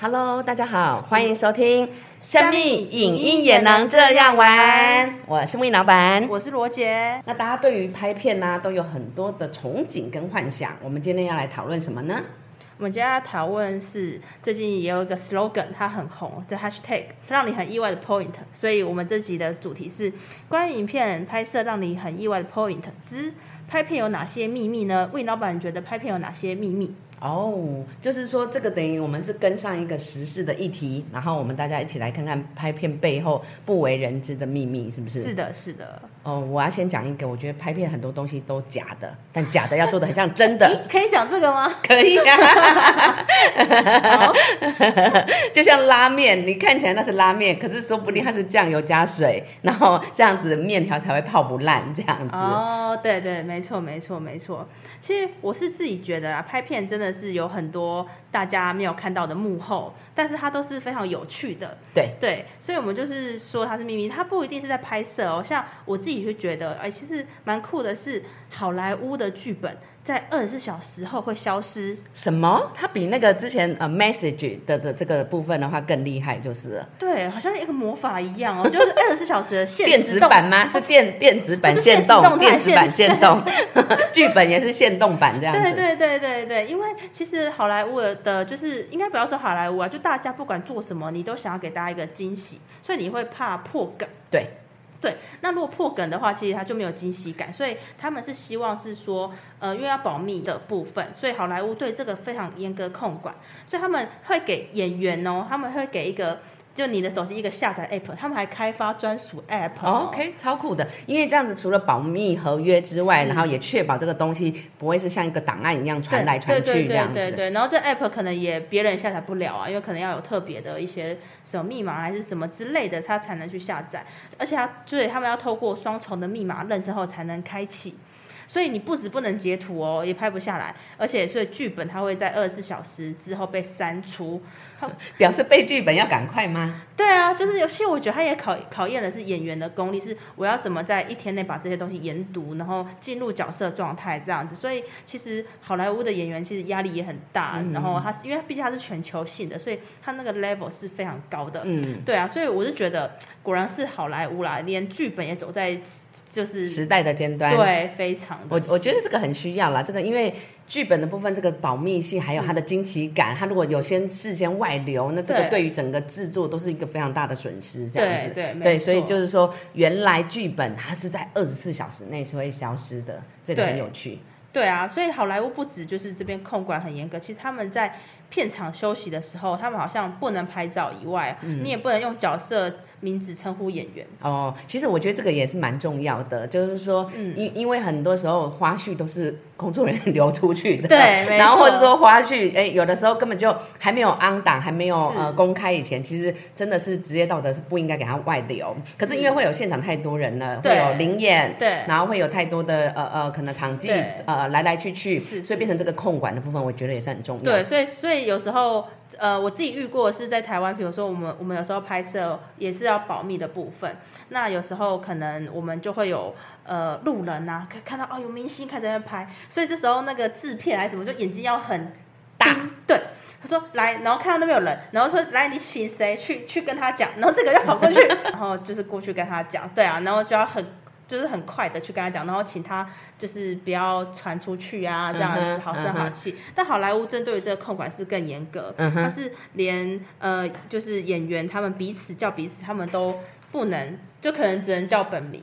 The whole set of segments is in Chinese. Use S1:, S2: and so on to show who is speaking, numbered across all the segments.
S1: Hello，大家好，欢迎收听《嗯生命影音也能这样玩》，我是木影老板。
S2: 我是罗杰，
S1: 那大家对于拍片呢、都有很多的憧憬跟幻想。我们今天要来讨论什么呢？
S2: 我们今天要讨论是最近也有一个 slogan，它很红，这 hashtag 让你很意外的 point，所以我们这集的主题是关于影片拍摄让你很意外的 point 之拍片有哪些秘密呢？魏老板觉得拍片有哪些秘密？
S1: 哦、就是说这个等于我们是跟上一个时事的议题，然后我们大家一起来看看拍片背后不为人知的秘密，是不是？
S2: 是的，是的，
S1: 哦，我要先讲一个，我觉得拍片很多东西都假的，但假的要做的很像真 的。
S2: 可以讲这个吗？
S1: 可以啊，
S2: 好，
S1: 就像拉面，你看起来那是拉面，可是说不定它是酱油加水，然后这样子面条才会泡不烂，这样子。
S2: 哦，对对，没错没错没错。其实我是自己觉得啦，啊拍片真的是有很多大家没有看到的幕后，但是它都是非常有趣的。
S1: 对
S2: 对，所以我们就是说它是秘密，它不一定是在拍摄哦。像我自己就觉得，哎，其实蛮酷的是，好莱坞的剧本在二十四小时后会消失。
S1: 什么？它比那个之前呃 message 的的这个部分的话更厉害，就是了
S2: 对，好像一个魔法一样哦，就是二十四小时的现
S1: 电
S2: 实
S1: 子
S2: 动
S1: 版吗？是电电子版
S2: 不是现
S1: 限
S2: 实动
S1: 动，
S2: 态
S1: 电子版
S2: 限
S1: 限 动，剧本也是限动版这样
S2: 对
S1: 子。
S2: 对对对对，因为其实好莱坞的，就是应该不要说好莱坞啊，就大家不管做什么，你都想要给大家一个惊喜，所以你会怕破梗。
S1: 对
S2: 对，那如果破梗的话，其实它就没有惊喜感，所以他们是希望是说，呃，因为要保密的部分，所以好莱坞对这个非常严格控管，所以他们会给演员哦，他们会给一个。就你的手机一个下载 app，他们还开发专属 app 哦、
S1: 哦 OK，超酷的，因为这样子除了保密合约之外，
S2: 是
S1: 然后也确保这个东西不会是像一个档案一样传来传
S2: 对
S1: 去这
S2: 对对
S1: 样
S2: 对对
S1: 子。
S2: 对，然后这 app 可能也别人下载不了啊，因为可能要有特别的一些什么密码还是什么之类的，它才能去下载。而且它所以他们要透过双重的密码认证后才能开启。所以你不止不能截图哦，也拍不下来，而且所以剧本它会在二十四小时之后被删除。
S1: 表示背剧本要赶快吗？
S2: 对啊，就是有些我觉得它也考考验的是演员的功力，是我要怎么在一天内把这些东西研读，然后进入角色状态这样子。所以其实好莱坞的演员其实压力也很大，
S1: 嗯
S2: 然后他是因为毕竟他是全球性的，所以他那个 level 是非常高的。
S1: 嗯，
S2: 对啊，所以我是觉得果然是好莱坞啦，连剧本也走在就是
S1: 时代的尖端。
S2: 对非常的
S1: 我我觉得这个很需要啦，这个因为剧本的部分，这个保密性还有它的惊奇感，它如果有些事先外流，那这个
S2: 对
S1: 对于整个制作都是一个非常大的损失，这样子。
S2: 对对没
S1: 对，所以
S2: 错
S1: 就是说，原来剧本它是在二十四小时内是会消失的，这个
S2: 对
S1: 很有趣。
S2: 对啊，所以好莱坞不止就是这边控管很严格，其实他们在片场休息的时候，他们好像不能拍照以外，你也不能用角色名字称呼演员。
S1: 哦，其实我觉得这个也是蛮重要的，就是说，
S2: 嗯
S1: 因因为很多时候花絮都是工作人员 流出去的，
S2: 对没
S1: 然后
S2: 错
S1: 或者说花絮，哎，有的时候根本就还没有 on 档，还没有
S2: 是
S1: 呃公开以前，其实真的是职业道德是不应该给它外流。可是因为会有现场太多人了，会
S2: 对
S1: 有灵演，
S2: 对
S1: 然后会有太多的呃呃可能场记
S2: 对
S1: 呃来来去去，
S2: 是
S1: 所以变成这个控管的部分，我觉得也是很重要。
S2: 对，，所以所以有时候，呃，我自己遇过是在台湾，比如说我们我们有时候拍摄也是要保密的部分，那有时候可能我们就会有呃路人啊，看看到哦有明星开始在那边拍，所以这时候那个制片还是什么，就眼睛要很大，对。他说来，然后看到那边有人，然后说来，你请谁去去跟他讲，然后这个就跑过去， 然后就是过去跟他讲，对啊，然后就要很就是很快的去跟他讲，然后请他就是不要传出去啊，这样
S1: 嗯
S2: 子
S1: 哼
S2: 好声
S1: 嗯
S2: 好
S1: 哼
S2: 气。但好莱坞针对于这个控管是更严格，
S1: 嗯
S2: 它是连呃就是演员他们彼此叫彼此，他们都不能，就可能只能叫本名。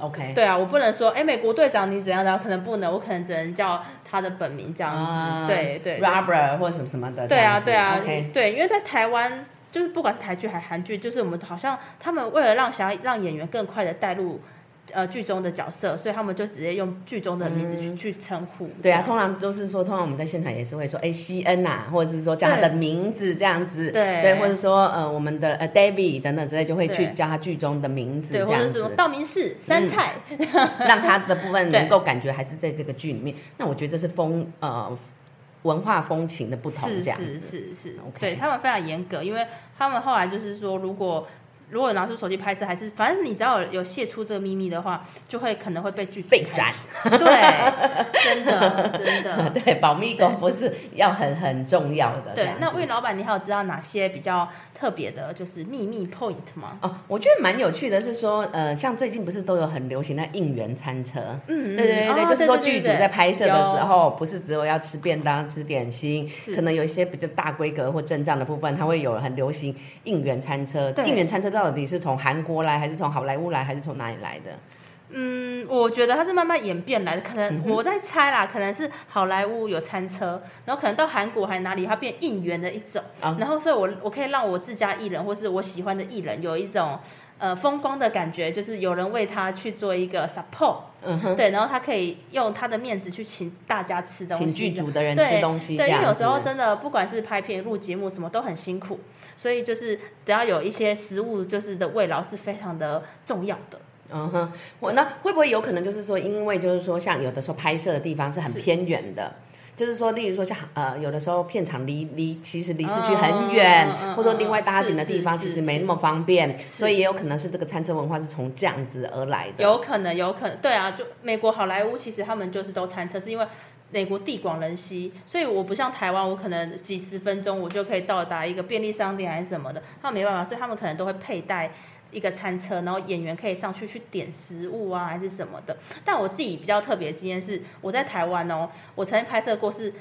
S1: OK，
S2: 对啊，我不能说哎、诶美国队长你怎样怎样，可能不能，我可能只能叫他的本名这样子。
S1: 啊
S2: 对对
S1: ，Rubber 或者什么什么的这
S2: 对啊
S1: 样子，
S2: 对啊
S1: OK。
S2: 对，因为在台湾。就是不管是台剧还是韩剧，就是我们好像他们为了让想要让演员更快的带入呃剧中的角色，所以他们就直接用剧中的名字去、去称呼。
S1: 嗯对啊，
S2: 这样
S1: 通常都是说，通常我们在现场也是会说，哎，西恩呐、或者是说叫他的
S2: 对
S1: 名字这样子，
S2: 对
S1: 对，或者说呃我们的呃 David 等等之类，就会去
S2: 对
S1: 叫他剧中的名字
S2: 对，
S1: 这
S2: 或
S1: 样
S2: 者是什
S1: 子嗯
S2: 么，道明寺山菜，
S1: 让他的部分
S2: 对
S1: 能够感觉还是在这个剧里面。那我觉得这是风呃文化风情的不同，
S2: 是
S1: 这样
S2: 是
S1: 子。
S2: 是是
S1: OK
S2: 对他们非常严格，因为他们后来就是说，如果如果拿出手机拍摄，还是反正你只要有有泄出这个秘密的话，就会可能会被拒绝
S1: 被
S2: 开
S1: 斩
S2: 始。 对，真的真的。
S1: 对，保密工不是要很很重要的。这
S2: 对
S1: 样，
S2: 那
S1: 子
S2: 魏老板，你还有知道哪些比较特别的，就是秘密 point 吗？
S1: 哦，我觉得蛮有趣的是说，呃，像最近不是都有很流行那应援餐车，
S2: 嗯，嗯
S1: 对对对对，
S2: 哦
S1: 就是说
S2: 对
S1: 剧
S2: 对
S1: 组
S2: 对
S1: 在拍摄的
S2: 有
S1: 时候，不是只有要吃便当、吃点心，可能有一些比较大规格或阵仗的部分，它会有很流行应援餐车。
S2: 对
S1: 应援餐车到底是从韩国来，还是从好莱坞来，还是从哪里来的？
S2: 嗯，我觉得它是慢慢演变来的，可
S1: 嗯
S2: 能我在猜啦，可能是好莱坞有餐车，然后可能到韩国还哪里，它变应援的一种，
S1: 啊
S2: 然后所以我我可以让我自家艺人或是我喜欢的艺人有一种呃风光的感觉，就是有人为他去做一个 support，、
S1: 嗯哼，
S2: 对，然后他可以用他的面子去请大家吃东西，
S1: 请剧组的人
S2: 对
S1: 吃东西，
S2: 对，因为有时
S1: 这
S2: 候
S1: 样子
S2: 真的不管是拍片、录节目什么都很辛苦，所以就是只要有一些食物就是的慰劳是非常的重要的。
S1: 嗯哼，我那会不会有可能就是说，因为就是说，像有的时候拍摄的地方是很
S2: 是
S1: 偏远的。就是说，例如说像呃，有的时候片场离离其实离市区很远，
S2: 嗯嗯嗯嗯
S1: 或者说另外搭景的
S2: 是
S1: 地方
S2: 是
S1: 其
S2: 是
S1: 实没那么方便，所以也有可能是这个餐车文化是从这样子而来的。
S2: 有可能，有可能，对啊，就美国好莱坞其实他们就是都餐车，是因为美国地广人稀，所以我不像台湾，我可能几十分钟我就可以到达一个便利商店还是什么的，他们没办法，所以他们可能都会佩戴。一个餐车，然后演员可以上去去点食物啊，还是什么的。但我自己比较特别的经验是，我在台湾哦，我曾经拍摄过是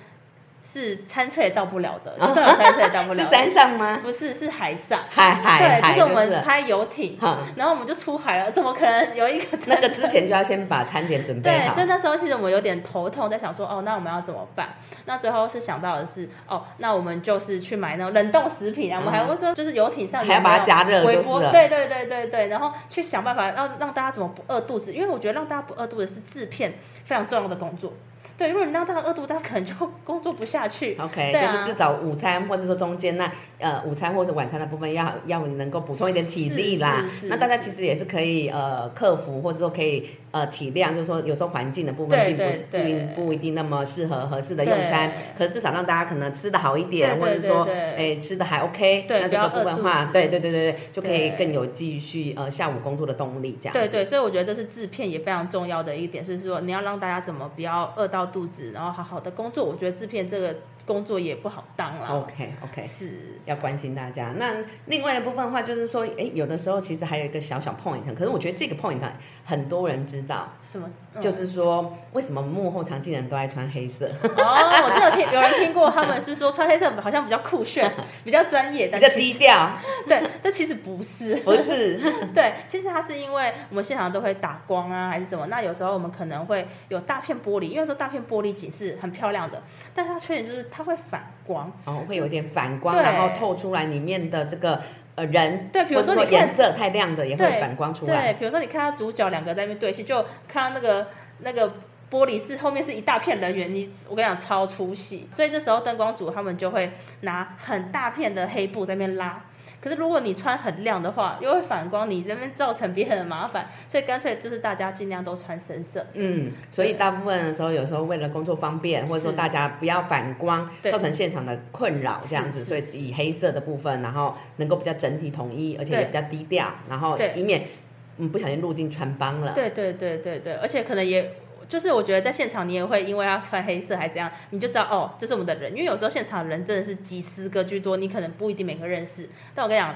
S2: 是餐车也到不了的，就算有餐车也到不了
S1: 是山上吗？
S2: 不是是海上，
S1: 海海
S2: 对，
S1: 海，
S2: 就是我
S1: 就
S2: 们
S1: 是
S2: 拍游艇，
S1: 哈
S2: 然后我们就出海了，怎么可能有一个餐车
S1: 那个之前就要先把餐点准备
S2: 对，
S1: 好
S2: 所以。那时候其实我们有点头痛，在想说，哦，那我们要怎么办？那最后是想到的是，哦，那我们就是去买那种冷冻食品啊，我们还会说，就是游艇上
S1: 嗯
S2: 有
S1: 还要把它加热
S2: 没有微
S1: 就是
S2: 波，
S1: 了
S2: 对对对对对，然后去想办法让让大家怎么不饿肚子，因为我觉得让大家不饿肚子是制片非常重要的工作。对，如果你让大家饿肚子，他可能就工作不下去。
S1: OK，、
S2: 对啊
S1: 就是至少午餐或者说中间那呃午餐或者晚餐的部分要要你能够补充一点体力啦
S2: 是是。是
S1: 那大家其实也是可以呃克服，或者说可以呃体谅，就是说有时候环境的部分
S2: 对
S1: 并不
S2: 对对
S1: 并不一定那么适合合适的用餐
S2: 对，
S1: 可是至少让大家可能吃的好一点，
S2: 对对
S1: 或者是说
S2: 对对
S1: 哎吃的还 OK，
S2: 对
S1: 那这个部分的
S2: 不要饿
S1: 话
S2: 肚，子
S1: 对对对对对，就可以
S2: 对
S1: 更有继续呃下午工作的动力这样子。
S2: 对对，所以我觉得这是制片也非常重要的一点，是说你要让大家怎么不要饿到肚子，然后好好的工作。我觉得制片这个工作也不好当啦。
S1: OK OK，
S2: 是
S1: 要关心大家。那另外的部分的话，就是说，哎，有的时候其实还有一个小小 point，可是我觉得这个 point 很多人知道，
S2: 什么？嗯
S1: 就是说为什么幕后常进人都爱穿黑色，
S2: 哦，我真的听有人听过，他们是说穿黑色好像比较 酷炫，比较专业，
S1: 比
S2: 但
S1: 较低
S2: 其
S1: 调，
S2: 对，但其实不是。
S1: 不是？
S2: 对，其实它是因为我们现场都会打光啊，还是什么。那有时候我们可能会有大片玻璃，因为说大片玻璃景是很漂亮的，但是它缺点就是它会反光。
S1: 哦，会有点反光，
S2: 对
S1: 然后透出来里面的这个呃人，
S2: 对比如
S1: 或者
S2: 说
S1: 说
S2: 你看
S1: 颜色太亮的也会
S2: 对
S1: 反光出来。
S2: 对，比如说你看到主角两个在那边对戏，就看到那个那个玻璃是后面是一大片人员，你我跟你讲超出戏，所以这时候灯光组他们就会拿很大片的黑布在那边拉。可是如果你穿很亮的话，又会反光，你这边造成别人的麻烦，所以干脆就是大家尽量都穿深色。
S1: 嗯，所以大部分的时候，有时候为了工作方便，或者说
S2: 是
S1: 大家不要反光，
S2: 对
S1: 造成现场的困扰这样子，
S2: 是
S1: 所以以黑色的部分，然后能够比较整体统一，而且也
S2: 对
S1: 比较低调，然后
S2: 对
S1: 以免嗯不小心入境穿帮了。
S2: 对对对对对，而且可能也就是我觉得在现场你也会因为要穿黑色还怎样，你就知道哦，这是我们的人，因为有时候现场人真的是几十个居多，你可能不一定每个认识。但我跟你讲，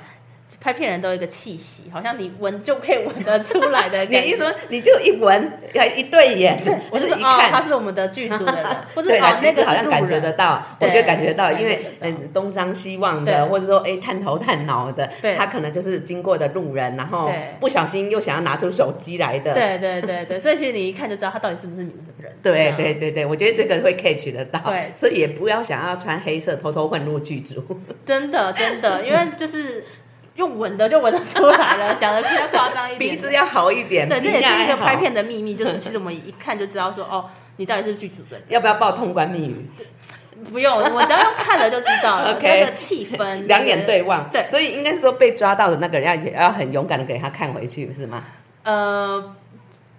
S2: 拍片人都有一个气息，好像你闻就可以闻得出来 的
S1: 你
S2: 感
S1: 一
S2: 觉。
S1: 说你就一闻，还一对眼，
S2: 我
S1: 或
S2: 就
S1: 者
S2: 是
S1: 一
S2: 哦，他
S1: 看。
S2: 是我们的剧 组的人，或者
S1: 对啦
S2: 哦，
S1: 其
S2: 那
S1: 实
S2: 个
S1: 好
S2: 是
S1: 像
S2: 路
S1: 感觉
S2: 人
S1: 得到，我
S2: 对
S1: 就感觉到，因为
S2: 感觉得到
S1: 嗯东张西望的，
S2: 对
S1: 或者说哎探头探脑的
S2: 对，
S1: 他可能就是经过的路人，然后
S2: 对
S1: 不小心又想要拿出手机来的，
S2: 对对对对，所以其实你一看就知道他到底是不是你们的人。这
S1: 对
S2: 样
S1: 对对对，我觉得这个会 catch 得到
S2: 嗯对，
S1: 所以也不要想要穿黑色偷偷混入剧组。
S2: 真的真的，因为就是用闻的就闻得出来了，讲的比较夸张一点
S1: 鼻
S2: 的，
S1: 子要好一点，
S2: 对，这
S1: 鼻
S2: 也
S1: 梁
S2: 是一个
S1: 要好
S2: 拍。片的秘密，就是 其实我们一看就知道说，哦，你到底是不是剧组 的人。
S1: 要不要报通关密语？
S2: 不用，我只要用看了就知道 了
S1: OK
S2: 那个气氛，
S1: 两眼对望，
S2: 对
S1: 所以应该是说被抓到的那个人要要很勇敢的给他看回去，是吗？
S2: 呃，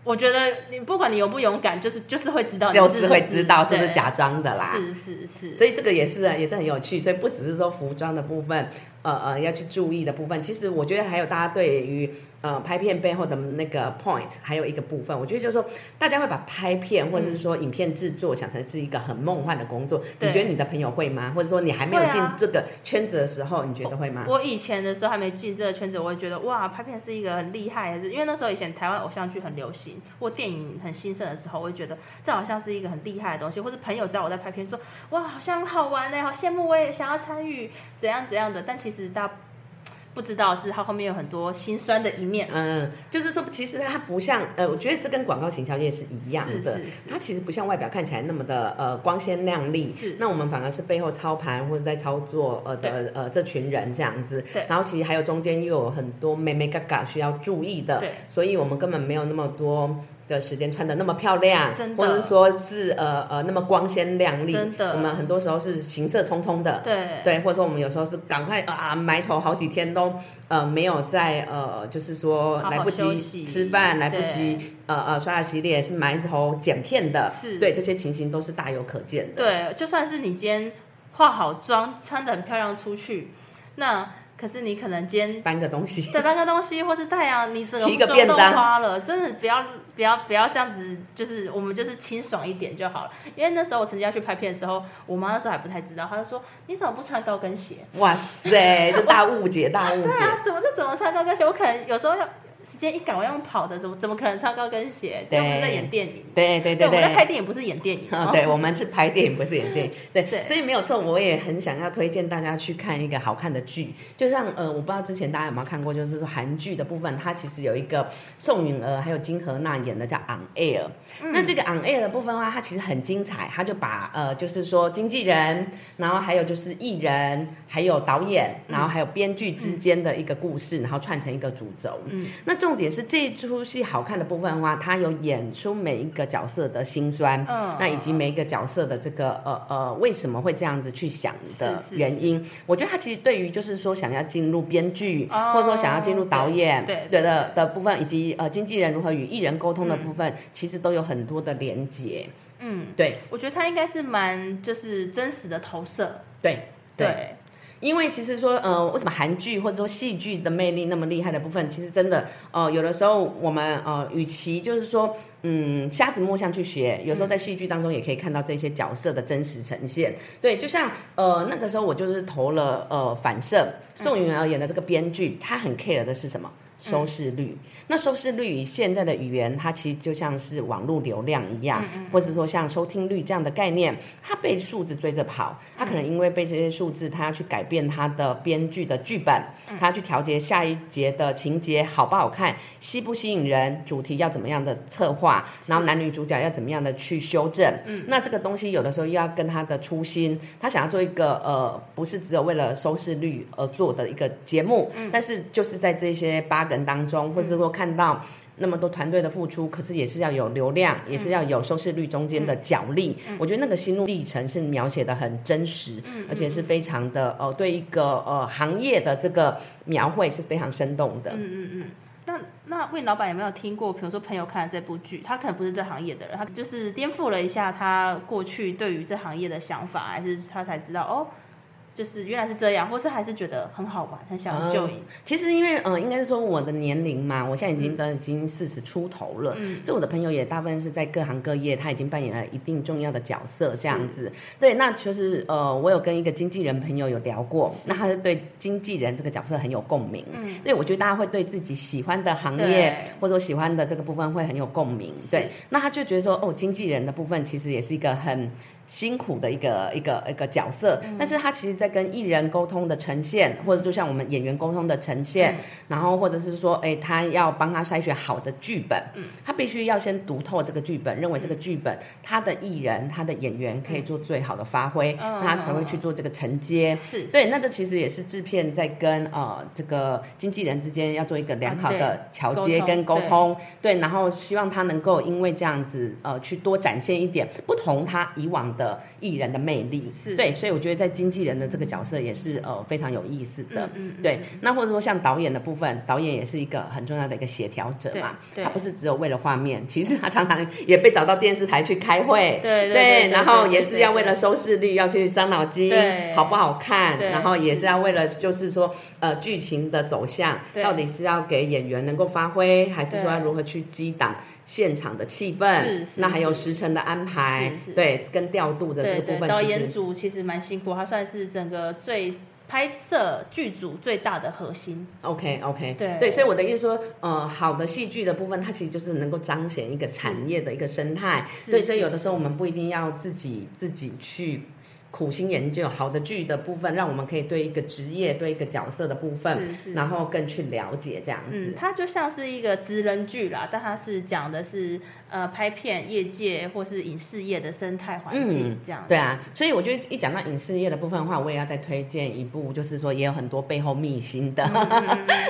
S2: 我觉得你不管你勇不勇敢，就是哦就是会知道，
S1: 就是会知道是
S2: 对
S1: 不是假装的啦。
S2: 是是是，
S1: 所以这个也是啊也是很有趣，所以不只是说服装的部分，呃呃要去注意的部分，其实我觉得还有大家对于呃拍片背后的那个 point，还有一个部分，我觉得就是说大家会把拍片或者是说影片制作想成是一个很梦幻的工作，
S2: 对
S1: 你觉得你的朋友会吗？或者说你还没有
S2: 会啊
S1: 进这个圈子的时候，你觉得会吗？
S2: 我以前的时候还没进这个圈子，我会觉得哇，拍片是一个很厉害的事，因为那时候以前台湾偶像剧很流行，或电影很兴盛的时候，我会觉得这好像是一个很厉害的东西，或是朋友知道我在拍片，说哇，好像很好玩呢、好羡慕，我也想要参与，怎样怎样的。但其实大家不知道是它后面有很多辛酸的一面，
S1: 嗯，就是说，其实它不像呃，我觉得这跟广告行销业是一样的，
S2: 是是是
S1: 它其实不像外表看起来那么的呃光鲜亮丽。
S2: 是
S1: 那我们反而是背后操盘或者在操作呃的呃这群人这样子。
S2: 对
S1: 然后其实还有中间又有很多妹妹嘎嘎需要注意的
S2: 对，
S1: 所以我们根本没有那么多。的时间穿的那么漂亮，
S2: 真的
S1: 或者说是呃呃那么光鲜亮丽，
S2: 真的
S1: 我们很多时候是行色匆匆的，
S2: 对
S1: 对，或者说我们有时候是赶快啊埋头好几天都呃没有在呃就是说
S2: 好好
S1: 来不
S2: 休
S1: 及
S2: 息
S1: 吃饭，来不
S2: 对
S1: 及呃呃刷牙洗脸，是埋头剪片的，
S2: 是
S1: 对这些情形都是大有可见的。
S2: 对，就算是你今天化好妆，穿的很漂亮出去，那可是你可能今天
S1: 搬个东西，
S2: 对，搬个东西或是太阳，你整
S1: 提个
S2: 个
S1: 便
S2: 妆
S1: 当
S2: 都花了，真的不要不要不要这样子，就是我们就是清爽一点就好了。因为那时候我曾经要去拍片的时候，我妈那时候还不太知道，她就说你怎么不穿高跟鞋？
S1: 哇塞，这大误解，大误
S2: 对
S1: 解。
S2: 啊，怎么这怎么穿高跟鞋？我可能有时候要时间一赶，我用跑的，怎么怎么可能穿高跟鞋？
S1: 对
S2: 又不是在演电影，
S1: 对对对
S2: 对，我们在拍电影不是演电影，
S1: 嗯
S2: 哦
S1: 对，我们是拍电影，不是演电影。对，
S2: 对
S1: 所以没有错，我也很想要推荐大家去看一个好看的剧，就像呃，我不知道之前大家有没有看过，就是说韩剧的部分，它其实有一个宋允儿还有金荷娜演的叫《On Air》。那
S2: 嗯
S1: 这个 On Air 的部分的话，它其实很精彩，它就把呃，就是说经纪人，然后还有就是艺人，还有导演，然后还有编剧之间的一个故事，然后串成一个主轴。嗯，那重点是这一出戏好看的部分的话，它有演出每一个角色的辛酸，
S2: 嗯
S1: 那以及每一个角色的这个呃呃为什么会这样子去想的
S2: 是是
S1: 原因。我觉得他其实对于就是说想要进入编剧，
S2: 哦
S1: 或者说想要进入导演
S2: 对对
S1: 对的的部分，以及呃经纪人如何与艺人沟通的部分，其实都有很多的连结。
S2: 嗯，
S1: 对
S2: 我觉得它应该是蛮就是真实的投射，
S1: 对对。
S2: 对，
S1: 因为其实说，呃，为什么韩剧或者说戏剧的魅力那么厉害的部分，其实真的，呃，有的时候我们呃，与其就是说，嗯，瞎子摸象去学，有时候在戏剧当中也可以看到这些角色的真实呈现。对，就像呃那个时候我就是投了呃反射，宋允儿演的这个编剧，他很 care 的是什么？收视率，那收视率以现在的语言，它其实就像是网络流量一样，或者说像收听率这样的概念，它被数字追着跑，它可能因为被这些数字，它要去改变它的编剧的剧本，它要去调节下一节的情节好不好看，吸不吸引人，主题要怎么样的策划，然后男女主角要怎么样的去修正。那这个东西有的时候又要跟他的初心，他想要做一个呃，不是只有为了收视率而做的一个节目，但是就是在这些八梗当中，或者说看到。那么多团队的付出，可是也是要有流量，也是要有收视率中间的角力。我觉得那个心路历程是描写的很真实，而且是非常的呃，对一个呃行业的这个描绘是非常生动的。
S2: 那那魏老板有没有听过？比如说朋友看了这部剧，他可能不是这行业的人，他就是颠覆了一下他过去对于这行业的想法，还是他才知道哦，就是原来是这样，或是还是觉得很好玩，很想
S1: 哦
S2: 救你。
S1: 其实因为呃，应该是说我的年龄嘛，我现在已经都已经四十出头了，所以我的朋友也大部分是在各行各业，他已经扮演了一定重要的角色这样子。对，那就是呃，我有跟一个经纪人朋友有聊过，那他是对经纪人这个角色很有共鸣。嗯，对，我觉得大家会对自己喜欢的行业
S2: 对
S1: 或者说喜欢的这个部分会很有共鸣。对，那他就觉得说，哦，经纪人的部分其实也是一个很。辛苦的一个一个一个角色，但是他其实在跟艺人沟通的呈现，或者就像我们演员沟通的呈现，然后或者是说，哎，他要帮他筛选好的剧本，他必须要先读透这个剧本，认为这个剧本他的艺人、他的演员可以做最好的发挥，
S2: 嗯
S1: 那他才会去做这个承接。
S2: 是
S1: 对，那这其实也是制片在跟呃这个经纪人之间要做一个良好
S2: 啊
S1: 的桥接跟沟
S2: 沟通
S1: 通，对，然后希望他能够因为这样子呃去多展现一点不同他以往况的艺人的魅力。
S2: 是
S1: 对，所以我觉得在经纪人的这个角色也是呃非常有意思的。
S2: 嗯嗯
S1: 对，那或者说像导演的部分，导演也是一个很重要的一个协调者嘛，
S2: 对对
S1: 他不是只有为了画面，其实他常常也被找到电视台去开会，
S2: 对对对
S1: 然后也是要
S2: 对
S1: 为了收视率要去伤脑筋
S2: 对，
S1: 好不好看，
S2: 对
S1: 然后也是
S2: 是
S1: 要为了就是说呃剧情的走向，
S2: 对
S1: 到底是要给演员能够发挥，还是说
S2: 对
S1: 要如何去激荡现场的气氛
S2: 是是，
S1: 那还有时程的安排
S2: 是，是
S1: 对，跟调度的这
S2: 对
S1: 个部
S2: 对，
S1: 分，
S2: 导
S1: 其
S2: 演
S1: 实
S2: 组其实蛮辛苦，他算是整个最拍摄剧组最大的核心。
S1: OK OK，
S2: 对
S1: 所以我的意思说，呃，好的戏剧的部分，它其实就是能够彰显一个产业的一个生态。对，所以有的时候我们不一定要自己自己去苦心研究好的剧的部分，让我们可以对一个职业、对一个角色的部分，
S2: 是是
S1: 嗯然后更去了解这样
S2: 嗯
S1: 子，。
S2: 它就像是一个职人剧啦，但它是讲的是呃拍片业界或是影视业的生态环境这样。
S1: 对啊，所以我觉得一讲到影视业的部分的话，我也要再推荐一部，就是说也有很多背后秘辛
S2: 嗯
S1: 的。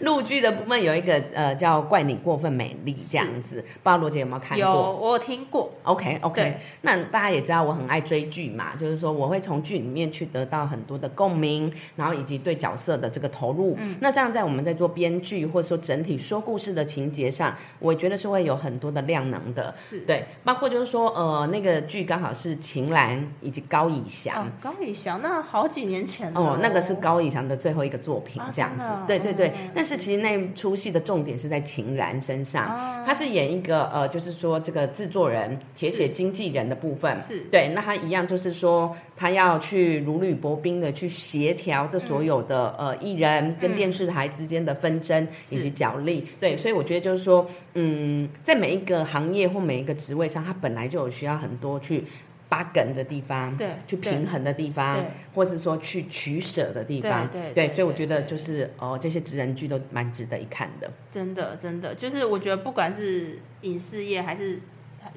S1: 陆剧的部分有一个呃叫《怪你过分美丽》这样子，不知道罗姐有没有看过？
S2: 有我有听过，
S1: OK
S2: 对
S1: OK，那大家也知道我很爱追剧嘛，就是说我会从剧里面去得到很多的共鸣，然后以及对角色的这个投入。
S2: 嗯
S1: 那这样在我们在做编剧或者说整体说故事的情节上，我觉得是会有很多的量能的。
S2: 是
S1: 对，包括就是说呃那个剧刚好是秦岚以及高以翔
S2: 哦，，高以翔那好几年前了
S1: 哦，那个是高以翔的最后一个作品
S2: 啊，
S1: 这样
S2: 真
S1: 子
S2: 的哦。
S1: 对对对
S2: 嗯，
S1: 但是其实那一出戏的重点是在秦岚身
S2: 哦
S1: 上，他是演一个呃，就是说这个制作人、铁血经纪人的部分。
S2: 是
S1: 对，那他一样就是说，他要去如履薄冰的去协调这所有的、
S2: 嗯
S1: 呃艺人跟电视台之间的纷争以及角力。对，所以我觉得就是说，嗯，在每一个行业或每一个职位上，他本来就有需要很多去扒梗的地方，
S2: 对
S1: 去
S2: 对
S1: 平衡的地方
S2: 对，
S1: 或是说去取舍的地方。
S2: 对对对
S1: 所以我觉得就是哦，这些职人剧都蛮值得一看的。
S2: 真的真的，就是我觉得不管是影视业还是，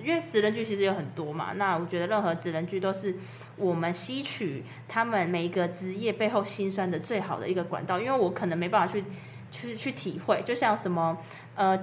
S2: 因为职人剧其实有很多嘛，那我觉得任何职人剧都是我们吸取他们每一个职业背后辛酸的最好的一个管道，因为我可能没办法去去去体会，就像什么呃。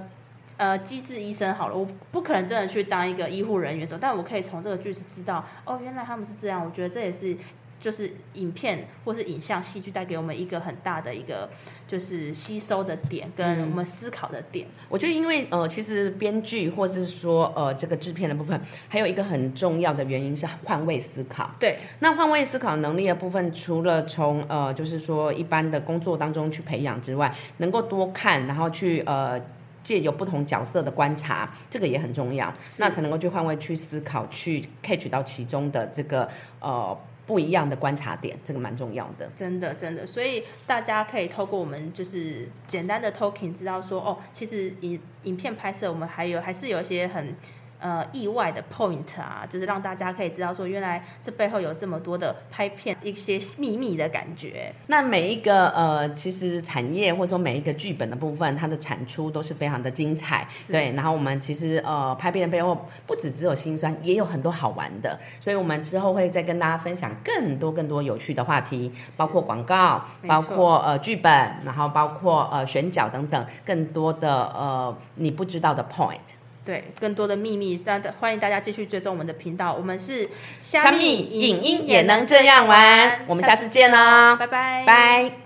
S2: 呃，机智医生好了，我不可能真的去当一个医护人员什么，但我可以从这个剧是知道，哦，原来他们是这样。我觉得这也是就是影片或是影像戏剧带给我们一个很大的一个就是吸收的点跟我们思考的点。
S1: 我觉得，因为呃，其实编剧或是说呃这个制片的部分，还有一个很重要的原因是换位思考。
S2: 对，
S1: 那换位思考能力的部分，除了从呃，就是说一般的工作当中去培养之外，能够多看，然后去呃。借由不同角色的观察，这个也很重要，那才能够去换位、去思考、去 catch 到其中的这个呃不一样的观察点，这个蛮重要的。
S2: 真的真的，所以大家可以透过我们就是简单的 talking 知道说，哦，其实影影片拍摄我们还有还是有一些很。呃，意外的 point 啊，就是让大家可以知道说，原来这背后有这么多的拍片一些秘密的感觉。
S1: 那每一个呃，其实产业或者说每一个剧本的部分，它的产出都是非常的精彩，对。然后我们其实呃，拍片的背后不只只有辛酸，也有很多好玩的，所以我们之后会再跟大家分享更多更多有趣的话题，包括广告，
S2: 没
S1: 包
S2: 错
S1: 括呃剧本，然后包括呃选角等等，更多的呃你不知道的 point。
S2: 对，更多的秘密，大家欢迎大家继续追踪我们的频道。我们是虾
S1: 虾米影音也能这样玩，我们下次见
S2: 啦，
S1: 啦，
S2: 拜拜，
S1: 拜。